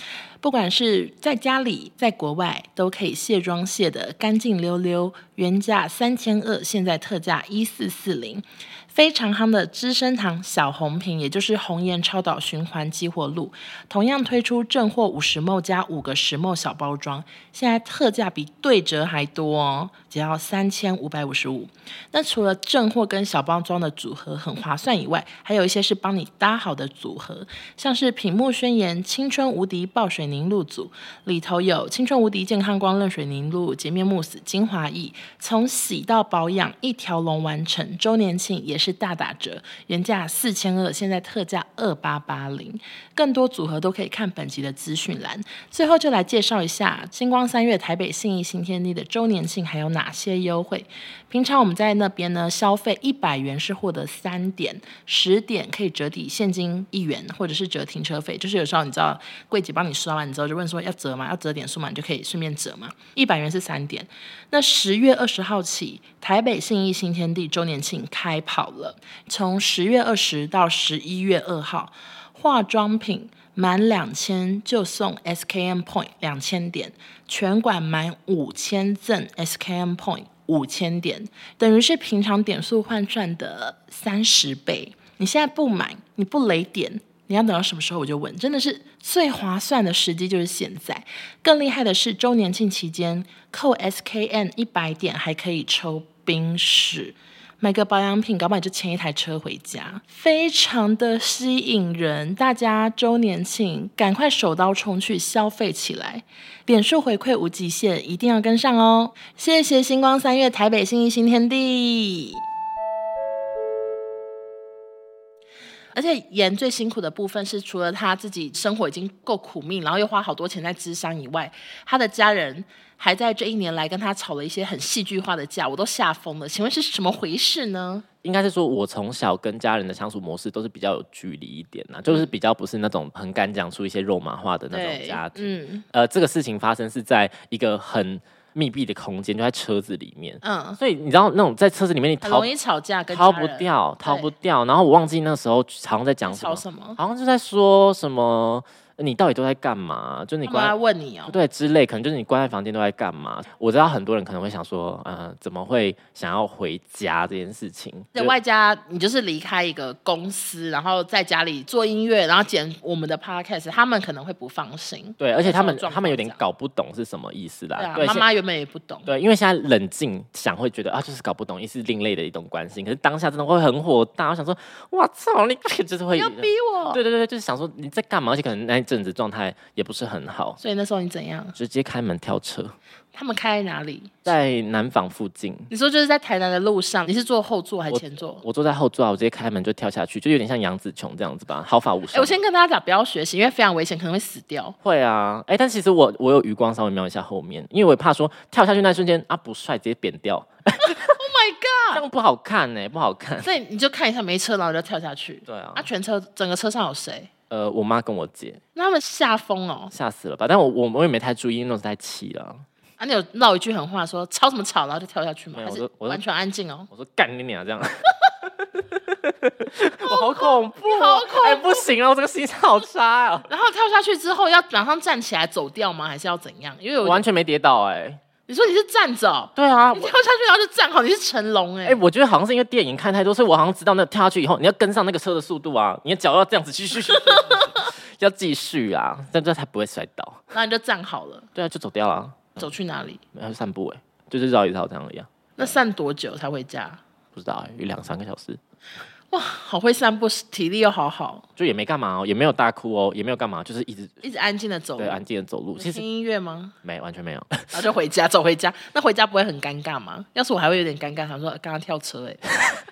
S2: 不管是在家里、在国外，都可以卸妆卸得干净溜溜。原价三千二，现在特价一四四零。非常夯的资生堂小红瓶，也就是红颜超导循环激活露，同样推出正货五十 ml 加五个十 ml 小包装，现在特价比对折还多哦，只要三千五百五十五。那除了正货跟小包装的组合很划算以外，还有一些是帮你搭好的组合，像是品木宣言青春无敌爆水凝露组，里头有青春无敌健康光润水凝露、洁面慕斯、精华液，从洗到保养一条龙完成。周年庆也是大打折，原价四千二，现在特价二八八零。更多组合都可以看本集的资讯栏。最后就来介绍一下星光三月台北信义新天地的周年庆还有哪些优惠。平常我们在那边呢消费一百元是获得三点，十点可以折抵现金一元，或者是折停车费。就是有时候你知道柜姐帮你刷完之后就问说要折吗？要折点数嘛，你就可以顺便折嘛。一百元是三点。那十月二十号起，台北信义新天地周年庆开跑了，从十月二十到十一月二号。化妆品满两千就送 SKM Point 两千点，全馆满五千赠 SKM Point 五千点，等于是平常点数换算的三十倍。你现在不买，你不雷点，你要等到什么时候我就问，真的是最划算的时机就是现在。更厉害的是，周年庆期间扣 SKN 一百点还可以抽冰室。买个保养品，搞不好你就牵一台车回家，非常的吸引人。大家周年庆赶快手刀冲去消费起来，点数回馈无极限，一定要跟上哦！谢谢星光三月台北信义新天地。而且妍最辛苦的部分是，除了她自己生活已经够苦命，然后又花好多钱在智商以外，她的家人还在这一年来跟她吵了一些很戏剧化的架，我都吓疯了。请问是什么回事呢？
S1: 应该是说，我从小跟家人的相处模式都是比较有距离一点呐、就是比较不是那种很敢讲出一些肉麻话的那种
S2: 嗯对
S1: 家庭。
S2: 嗯
S1: 呃，这个事情发生是在一个很密闭的空间，就在车子里面，
S2: 嗯，
S1: 所以你知道那种在车子里面你
S2: 很
S1: 逃
S2: 容易吵架，跟
S1: 逃
S2: 家
S1: 不
S2: 人
S1: 掉，逃不
S2: 对
S1: 掉。然后我忘记那时候好像在讲什
S2: 吵
S1: 么，
S2: 什么？
S1: 好像就在说什么你到底都在干嘛？就你
S2: 他们来
S1: 关
S2: 问你哦、
S1: 对之类，可能就是你关在房间都在干嘛？我知道很多人可能会想说，呃，怎么会想要回家这件事情？
S2: 对，
S1: 就
S2: 外加你就是离开一个公司，然后在家里做音乐，然后剪我们的 podcast，他们可能会不放心。
S1: 对，而且他
S2: 那
S1: 们
S2: 时候状况
S1: 他们有点
S2: 这样
S1: 搞不懂是什么意思
S2: 对
S1: 啦。
S2: 啊
S1: 对，，
S2: 妈
S1: 现
S2: 妈原本也不懂。
S1: 对，因为现在冷静想会觉得啊，就是搞不懂，也是另类的一种关心。可是当下真的会很火大，我想说，哇操，你 就是
S2: 不
S1: 会
S2: 要逼我。
S1: 对对对，就是想说你在干嘛？而且可能那一阵子状态也不是很好，
S2: 所以那时候你怎样？
S1: 直接开门跳车，
S2: 他们开在哪里？
S1: 在南坊附近，
S2: 你说就是在台南的路上，你是坐后座还是前座？
S1: 我坐在后座啊，我直接开门就跳下去，就有点像杨紫琼这样子吧，毫发无
S2: 哎、
S1: 伤。
S2: 我先跟大家讲，不要学习，因为非常危险，可能会死 掉。
S1: 会啊，哎、但其实我我有余光稍微瞄一下后面，因为我也怕说跳下去那一瞬间啊不帅直接扁掉，
S2: Oh my god！
S1: 这样不好看呢、欸不好看。
S2: 所以你就看一下没车，然后就跳下去。
S1: 对啊
S2: 那、，全车整个车上有谁？
S1: 呃，我妈跟我姐
S2: 那他们吓疯哦！
S1: 吓死了吧？但我我我也没太注意，因为那时候太气了。
S2: 啊，你有唠一句狠话说吵什么吵，然后就跳下去吗？
S1: 没有
S2: 还
S1: 我
S2: 是
S1: 都我都
S2: 完全安静哦？
S1: 我说干你娘这样， 我好恐怖哦、
S2: 好恐怖
S1: 哎、不行啊，我这个心情好差啊，
S2: 然后跳下去之后要马上站起来走掉吗？还是要怎样？因为
S1: 我
S2: 有
S1: 完全没跌倒哎、
S2: 你说你是站着哦、
S1: 对啊，
S2: 你
S1: 我
S2: 跳下去然后就站好，你是成龙哎、
S1: 哎、我觉得好像是因为电影看太多，所以我好像知道那跳下去以后，你要跟上那个车的速度啊，你的脚要这样子继续，要继续啊，这样这样才不会摔倒。
S2: 然后你就站好了，
S1: 对啊，就走掉了啊，
S2: 走去哪里？
S1: 然后散步哎、就是绕一绕这样而已、啊，
S2: 那散多久才回家？
S1: 不知道、哎，有两三个小时，
S2: 哇，好会散步，体力又好好，
S1: 就也没干嘛哦，也没有大哭哦，也没有干嘛，就是一直
S2: 一直安静的走路
S1: 对。安静的走 路，
S2: 你
S1: 其
S2: 听
S1: 实
S2: 音乐吗？
S1: 没完全没有。
S2: 然后就回家，走回家。那回家不会很尴尬吗？要是我还会有点尴尬，想说呃刚刚跳车哎、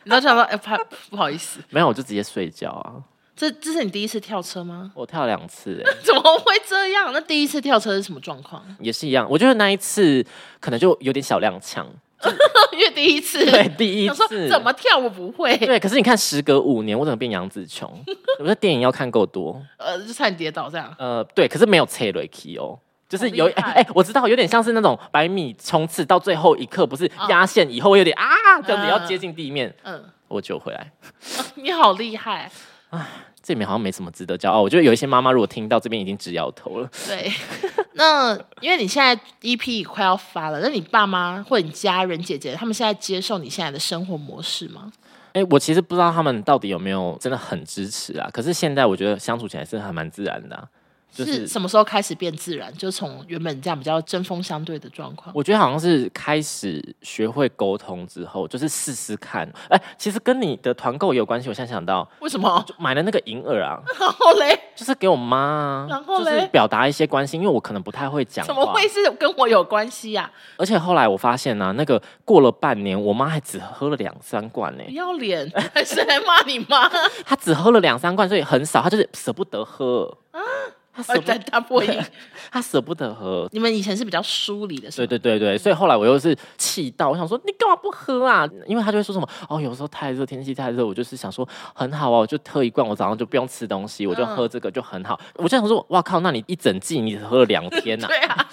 S2: 然后想说哎、怕不好意思，
S1: 没有，我就直接睡觉啊。
S2: 这这是你第一次跳车吗？
S1: 我跳两次、欸，
S2: 怎么会这样？那第一次跳车是什么状况？
S1: 也是一样。我觉得那一次可能就有点小踉 跄，
S2: 因为第一次，
S1: 对，第一
S2: 想说
S1: 次
S2: 怎么跳我不会，
S1: 对？可是你看，时隔五年，我怎么变杨紫琼？我觉得电影要看够多，
S2: 呃，就差点跌倒这样。
S1: 呃，对，可是没有切雷 k 哦。就是有
S2: 好厉
S1: 哎
S2: 害
S1: 哎、我知道，有点像是那种百米冲刺到最后一刻，不是压线以后会有点啊，这样
S2: 嗯
S1: 子要接近地面，
S2: 嗯，
S1: 我救回来。
S2: 你好厉害，
S1: 这里面好像没什么值得骄傲。我觉得有一些妈妈如果听到这边已经直摇头了，
S2: 对。 那因为你现在 EP 快要发了，那你爸妈或者你家人姐姐他们现在接受你现在的生活模式吗？、
S1: 哎、我其实不知道他们到底有没有真的很支持啊。可是现在我觉得相处起来是还蛮自然的啊、就是
S2: 什么时候开始变自然？就从原本这样比较针锋相对的状况，
S1: 我觉得好像是开始学会沟通之后，就是试试看。哎、其实跟你的团购也有关系。我现在想到，
S2: 为什么？
S1: 就买了那个银耳啊，
S2: 然后嘞，
S1: 就是给我妈啊，
S2: 然后
S1: 就是
S2: 嘞
S1: 表达一些关心，因为我可能不太会讲
S2: 怎么
S1: 话
S2: 会。是跟我有关系啊呀、
S1: 而且后来我发现呢、啊，那个过了半年，我妈还只喝了两三罐呢、
S2: 不要 脸，还是来骂你妈？
S1: 她只喝了两三罐，所以很少，她就是舍不得喝。她舍不
S2: 在，呃大破音。
S1: 她舍不得喝，
S2: 你们以前是比较疏离的，是
S1: 对
S2: 吗？
S1: 对对对，所以后来我又是气到，我想说你干嘛不喝啊？因为他就会说什么哦，有时候太热，天气太热，我就是想说很好啊，我就喝一罐，我早上就不用吃东西，我就
S2: 嗯
S1: 喝这个就很好。我就想说，哇靠，那你一整季你只喝了两天呐、
S2: 对啊，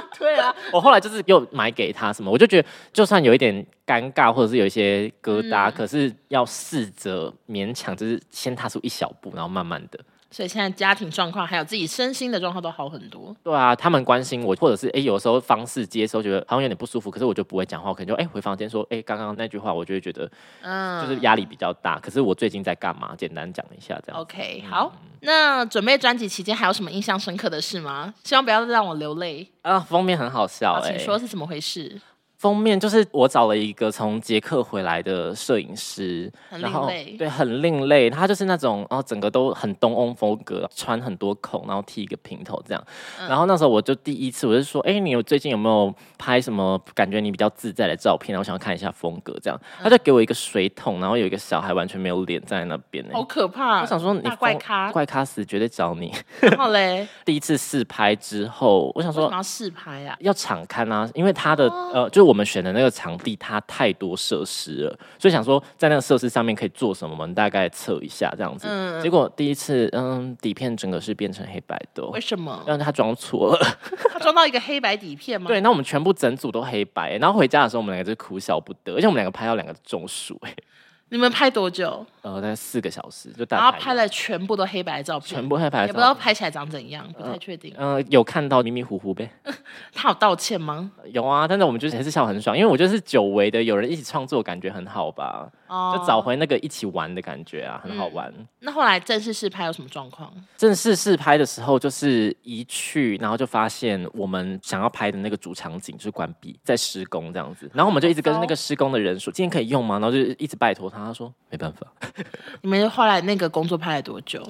S1: 对啊，我后来就是又买给他什么，我就觉得就算有一点尴尬或者是有一些疙
S2: 嗯
S1: 瘩，可是要试着勉强，就是先踏出一小步，然后慢慢的。
S2: 所以现在家庭状况还有自己身心的状况都好很多。
S1: 对啊，他们关心我，或者是哎、诶有时候方式接收觉得好像有点不舒服，可是我就不会讲话，我可能就哎、诶回房间说哎，诶刚、刚那句话，我就会觉得
S2: 嗯，
S1: 就是压力比较大。可是我最近在干嘛？简单讲一下这样。嗯
S2: OK，好。那准备专辑期间还有什么印象深刻的事吗？希望不要让我流泪。
S1: 啊，封面很好笑
S2: 好，
S1: 哎、
S2: 请说是怎么回事？
S1: 封面就是我找了一个从捷克回来的摄影师，
S2: 很
S1: 然
S2: 另
S1: 后
S2: 类
S1: 对，很另类。他就是那种，然后整个都很东欧风格，穿很多孔，然后剃一个平头这样。
S2: 嗯
S1: 然后那时候我就第一次，我就说，哎、你有最近有没有拍什么感觉你比较自在的照片？然后我想要看一下风格这样。
S2: 嗯
S1: 他就给我一个水桶，然后有一个小孩完全没有脸站在那边、欸。
S2: 好可怕！
S1: 我想说你
S2: 大哦怪
S1: 疯
S2: 咖，
S1: 怪咖死绝对找你。
S2: 然后嘞，
S1: 第一次试拍之后，我想
S2: 为什
S1: 说
S2: 么要试拍啊？
S1: 要场刊啊，因为它的、
S2: 哦
S1: 呃，就是我们选的那个场地，它太多设施了，所以想说在那个设施上面可以做什么，我们大概测一下这样子。
S2: 嗯
S1: 结果第一次，嗯，底片整个是变成黑白的哦、
S2: 为什么？
S1: 让他装错了，
S2: 他装到一个黑白底片吗？
S1: 对，，那我们全部整组都黑白，然后回家的时候我们两个就哭笑不得，而且我们两个拍到两个中暑，哎，
S2: 你们拍多久？
S1: 呃，大概四个小时就
S2: 然
S1: 大
S2: 后
S1: 拍
S2: 拍了全部都黑白的照片，
S1: 全部黑白
S2: 也
S1: 的
S2: 不知道
S1: 照片，
S2: 拍起来长怎样，不太确定。
S1: 嗯、有看到迷迷糊糊呗，
S2: 他有道歉吗？
S1: 有啊，但是我们就是还是笑很爽，因为我觉得是久违的，有人一起创作，感觉很好吧。
S2: 哦嗯
S1: 就找。回那个一起玩的感觉啊，很好玩。
S2: 那后来正式试拍有什么状况？
S1: 正式试拍的时候，就是一去，然后就发现我们想要拍的那个主场景就是关闭，在施工这样子。然后我们就一直跟那个施工的人说，今天可以用吗？然后就一直拜托他，他说没办法。
S2: 你们后来那个工作拍了多久？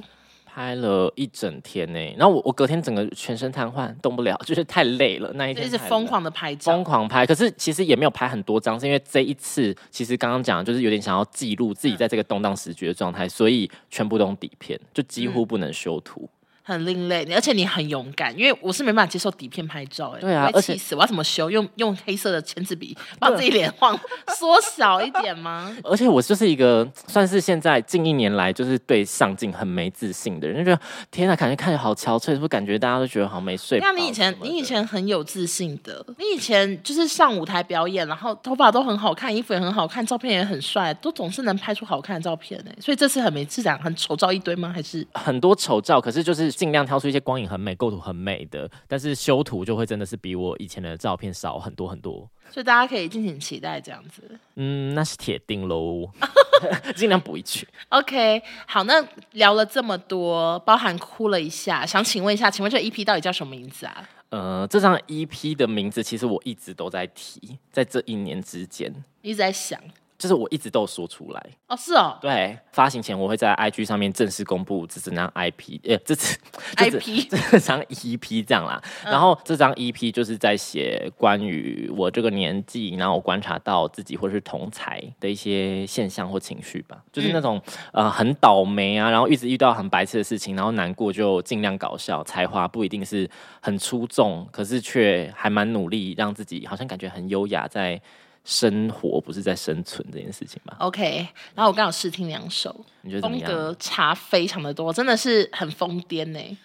S1: 拍了一整天呢、然后我我隔天整个全身瘫痪，动不了， 就是太累了。那一
S2: 就
S1: 天
S2: 一直
S1: 太累
S2: 疯狂的拍照
S1: 疯。狂拍，可是其实也没有拍很多张，是因为这一次其实刚刚讲的就是有点想要记录自己在这个动荡时局的状态，所以全部都用底片，就几乎不能修图。
S2: 很另类，而且你很勇敢，因为我是没办法接受底片拍照、哎，
S1: 对啊
S2: 我会
S1: 而且啊
S2: 气死，我要怎么修？用用黑色的签字笔把自己脸晃缩小一点吗？
S1: 嗯而且我就是一个算是现在近一年来就是对上镜很没自信的人，就觉得天哪，感觉看起来好憔悴，是不是感觉大家都觉得好像没睡饱
S2: 那
S1: 什么的？
S2: 你以前你以前很有自信的，你以前就是上舞台表演，然后头发都很好看，衣服也很好看，照片也很帅，都总是能拍出好看的照片哎、所以这次很没质感，很丑照一堆吗？还是
S1: 很多丑照，可是就是尽量挑出一些
S3: 光影很美，构图很美的，但是修图就会真的是比我以前的照片少很多很多。
S2: 所以大家可以敬请期待这样子。
S3: 嗯，那是铁定喽。
S1: 尽量补一句。
S2: OK，好，那聊了这么多，包含哭了一下，想请问一下，请问这 EP 到底叫什么名字啊？
S1: 呃，这张 EP 的名字其实我一直都在提，在这一年之间，
S2: 一直在想。
S1: 就是我一直都有说出来。
S2: 哦，是哦，
S1: 对，发行前我会在 IG 上面正式公布这整张 IP，呃，这次这
S2: IP
S1: 这张 EP 这样啦。
S2: 嗯
S1: 然后这张 EP 就是在写关于我这个年纪，然后我观察到自己或是同才的一些现象或情绪吧，就是
S2: 嗯
S1: 那种、呃很倒霉啊，然后一直遇到很白痴的事情，然后难过就尽量搞笑，才华不一定是很出众，可是却还蛮努力，让自己好像感觉很优雅，在生活不是在生存这件事情吧？
S2: OK，然后我刚好试听两首，
S1: 你觉得怎么
S2: 风
S1: 样？
S2: 格差非常的多，真的是很疯癫呢。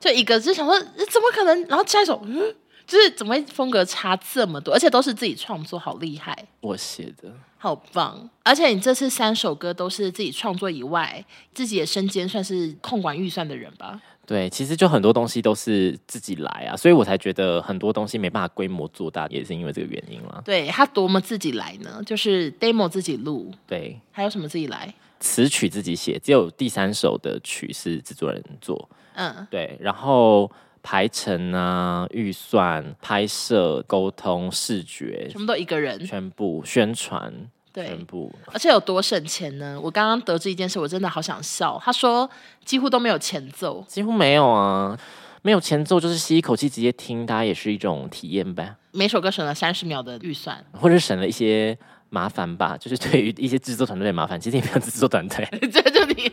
S2: 就一个是想说呃怎么可能，然后下一首嗯，就是怎么会风格差这么多，而且都是自己创作，好厉害，
S1: 我写的。
S2: 好棒！而且你这次三首歌都是自己创作以外，自己也身兼算是控管预算的人吧？
S1: 对，其实就很多东西都是自己来啊，所以我才觉得很多东西没办法规模做大，也是因为这个原因啦。
S2: 对他多么自己来呢？就是 demo 自己录，
S1: 对，
S2: 还有什么自己来？
S1: 词曲自己写，只有第三首的曲是制作人做。
S2: 嗯，
S1: 对，然后排程啊、预算、拍摄、沟通、视觉
S2: 全，部都一个人，
S1: 全部宣传，
S2: 对
S1: 全部
S2: 而且有多省钱呢？我刚刚得知一件事，我真的好想笑。他说几乎都没有前奏，
S1: 几乎没有啊，没有前奏，就是吸一口气直接听，它也是一种体验呗。
S2: 每首歌省了三十秒的预算，
S1: 或者省了一些麻烦吧，就是对于一些制作团队的麻烦，其实也没有制作团队，
S2: 这就你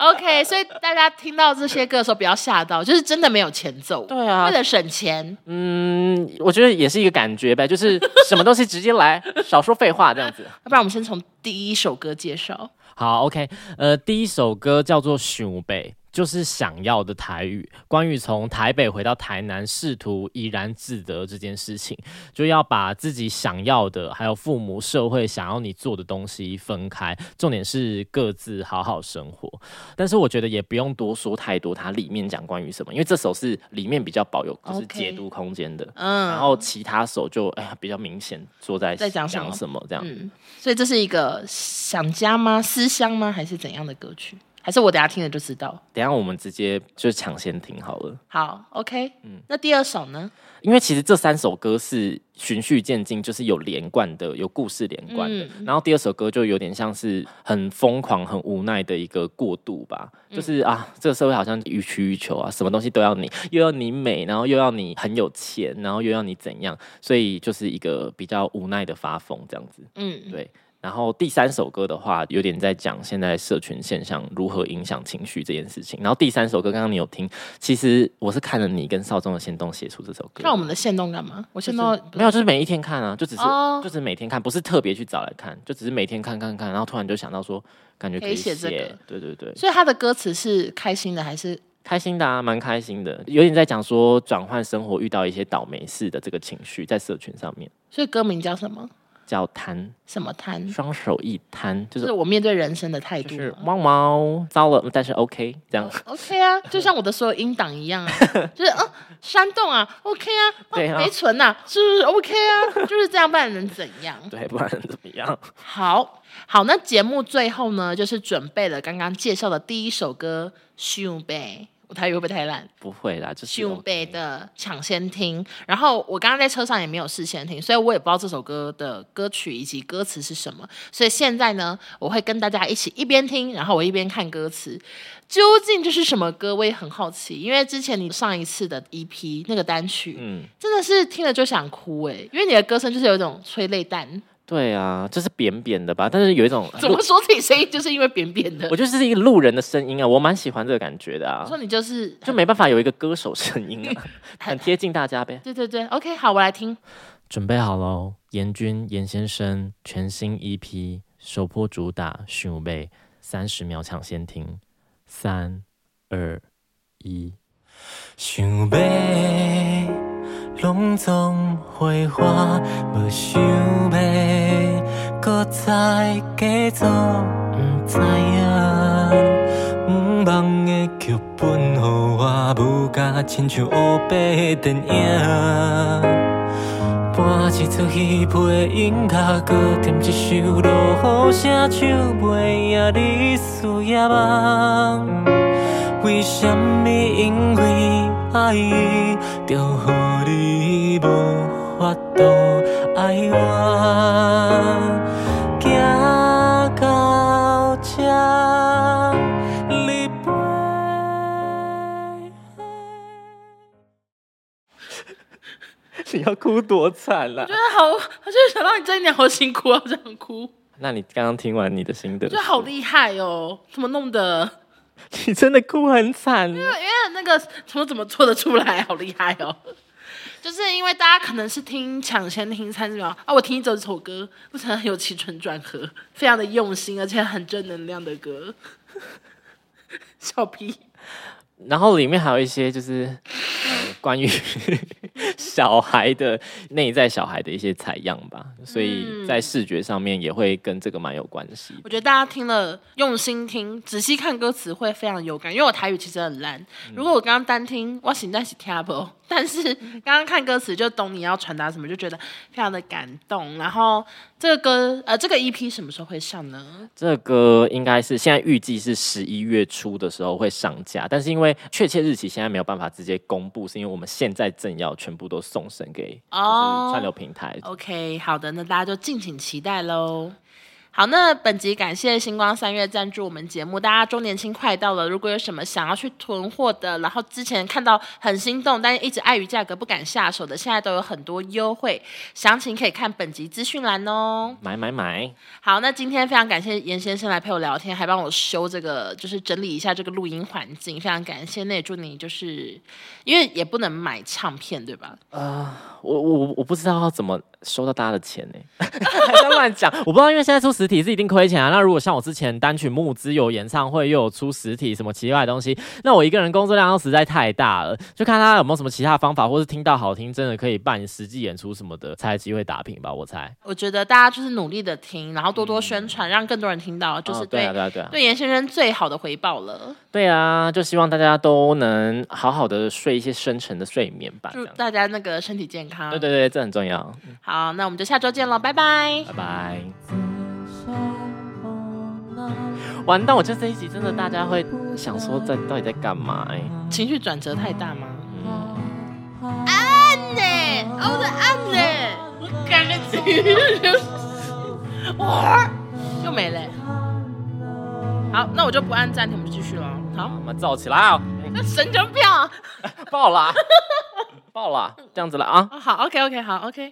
S2: OK。所以大家听到这些歌的时候不要吓到，就是真的没有前奏。
S1: 对啊
S2: 为了省钱，
S1: 嗯，我觉得也是一个感觉呗，就是什么东西直接来，少说废话这样子。
S2: 要不然我们先从第一首歌介绍。
S3: 好，OK，呃，第一首歌叫做《想北》，就是想要的台语，关于从台北回到台南，试图怡然自得这件事情，就要把自己想要的，还有父母、社会想要你做的东西分开，重点是各自好好生活。但是我觉得也不用多
S1: 多说太多，它里面讲关于什么，因为这首是里面比较保有就是
S2: OK
S1: 解读空间的然
S2: 嗯
S1: 后其他首就哎呀比较明显说在
S2: 在讲什么嗯
S1: 什么这样。
S2: 嗯，所以这是一个想家吗？思乡吗？还是怎样的歌曲？还是我等一下听了就知道。
S1: 等一下我们直接就抢先听好了，
S2: 好，OK，那
S1: 嗯
S2: 第二首呢？
S1: 因为其实这三首歌是循序渐进，就是有连贯的，有故事连贯的。
S2: 嗯
S1: 然后第二首歌就有点像是很疯狂、很无奈的一个过渡吧，就是
S2: 嗯
S1: 啊，这个社会好像予取予求啊，什么东西都要你，又要你美，然后又要你很有钱，然后又要你怎样，所以就是一个比较无奈的发疯这样子。
S2: 嗯，
S1: 对。然后第三首歌的话，有点在讲现在社群现象如何影响情绪这件事情。然后第三首歌，刚刚你有听，其实我是看了你跟邵宗的先动写出这首歌。
S2: 看我们的线动干嘛？我线动
S1: 哦没有，就是每一天看啊，就只是、
S2: 哦
S1: 就只是每天看，不是特别去找来看，就只是每天看看看，然后突然就想到说，感觉
S2: 可
S1: 可
S2: 以
S1: 以
S2: 写
S1: 写，
S2: 这个
S1: 对对对，
S2: 所以他的歌词是开心的还是
S1: 开心的啊，蛮开心的，有点在讲说转换生活遇到一些倒霉事的这个情绪，在社群上面
S2: 所以歌名叫什么？
S1: 叫摊，
S2: 什么摊？
S1: 双手一摊，就
S2: 就是是我面对人生的态
S1: 就
S2: 度
S1: 是
S2: 吗。
S1: 猫猫糟了，但是 OK 这样。
S2: OK 啊，就像我的所有音档一样啊，就是嗯，煽动啊，OK 啊，哦
S1: 对啊
S2: 没存呐、啊，是不是 OK 啊？就是这样，不然能怎样？
S1: 对，不然怎么样？
S2: 好好，那节目最后呢，就是准备了刚刚介绍的第一首歌《胸背》，我台语会不会太烂？
S1: 不会啦，就是
S2: 胸
S1: OK
S2: 背的抢先听，然后我刚刚在车上也没有事先听，所以我也不知道这首歌的歌曲以及歌词是什么。所以现在呢，我会跟大家一起一边听，然后我一边看歌词，究竟这是什么歌，我也很好奇。因为之前你上一次的 EP 那个单曲，
S1: 嗯，
S2: 真的是听了就想哭哎、因为你的歌声就是有一种催泪 弹，
S1: 对啊，就是扁扁的吧，但是有一种
S2: 怎么说自己声音就是因为扁扁的
S1: 我，就是一个路人的声音啊，我蛮喜欢这个感觉的啊
S2: 我，说你就是
S1: 就没办法有一个歌手声音 啊，很贴近大家呗。
S2: 对对对，OK，好，我来听。
S3: 准备好喽，严君严先生全新 EP 首播主打《寻五倍》，三十秒抢先听，三二一。
S4: 想要拢总花花，无想要搁再假装不知影。毋望的剧本，啊予我舞甲亲像黑白的电啊影。搬一出戏配音乐，搁添一首落雨声，唱袂赢你思夜梦。为什么因为爱伊，就予你无法度爱我？行到这，你背。
S1: 你要哭多惨啦
S2: 觉！得 好，我就是想到你这一年好辛苦啊，这样哭，
S1: 那你刚刚听完你的心得
S2: 我觉，得好厉害哦，怎么弄的？
S1: 你真的哭很惨。
S2: 因为那个怎么怎么做得出来， 好厉害哦！就是因为大家可能是听抢先听三十秒啊，我听一整首歌，不曾有起承转合，非常的用心，而且很正能量的歌。 笑屁！
S1: 然后里面还有一些就是、呃关于 小孩的内在小孩的一些采样吧，所以在视觉上面也会跟这个蛮有关系的。
S2: 我觉得大家听了用心听，仔细看歌词会非常有感，因为我台语其实很烂。
S1: 嗯
S2: 如果我刚刚单听，我实在是听不 懂，但是刚刚看歌词就懂你要传达什么，就觉得非常的感动。然后这个歌呃，这个 EP 什么时候会上呢？
S1: 这个歌应该是现在预计是十一月初的时候会上架，但是因为确切日期现在没有办法直接公布，是因为我们现在正要全部都送审给就是串流平台。
S2: OK，好的，那大家就敬请期待喽。好，那本集感谢星光三月赞助我们节目。大家周年庆快到了，如果有什么想要去囤货的，然后之前看到很心动，但是一直碍于价格不敢下手的，现在都有很多优惠，详情可以看本集资讯栏哦。
S1: 买买买！
S2: 好，那今天非常感谢严先生来陪我聊天，还帮我修这个，就是整理一下这个录音环境，非常感谢。那也祝你就是，因为也不能买唱片，对吧？
S1: 我我我不知道要怎么收到大家的钱 呢、还在乱讲。
S3: 我不知道，因为现在出实体是一定亏钱啊。那如果像我之前单曲募资有演唱会，又有出实体什么奇怪的东西，那我一个人工作量实在太大了，就看他有没有什么其他方法，或是听到好听真的可以办实际演出什么的，才有机会打平吧，我猜。
S2: 我觉得大家就是努力的听，然后多多宣传，让更多人听到，就
S1: 嗯
S2: 是
S1: 哦对
S2: 对、
S1: 啊对啊对啊
S2: 对严先生最好的回报了。
S1: 对啊，就希望大家都能好好的睡一些深沉的睡眠吧。啊这
S2: 祝
S1: 样
S2: 大家那个身体健康。
S1: 对嗯对对，这很重要。
S2: 好，那我们就下周见喽，拜拜。
S1: 拜拜。完蛋，我觉得这一集真的大家会想说在到底在干嘛、欸？
S2: 情绪转折太大吗？嗯
S5: 呢、
S2: 哦
S5: 我的按呢、
S2: 我感觉情绪哇，又没了。好，那我就不按暂停，我们就继续了。好
S1: 我，们燥起来啊、哎
S2: 那神经病啊！
S1: 爆啦，爆啦，这样子了啊！
S2: 哦好，OK，OK，、好，OK。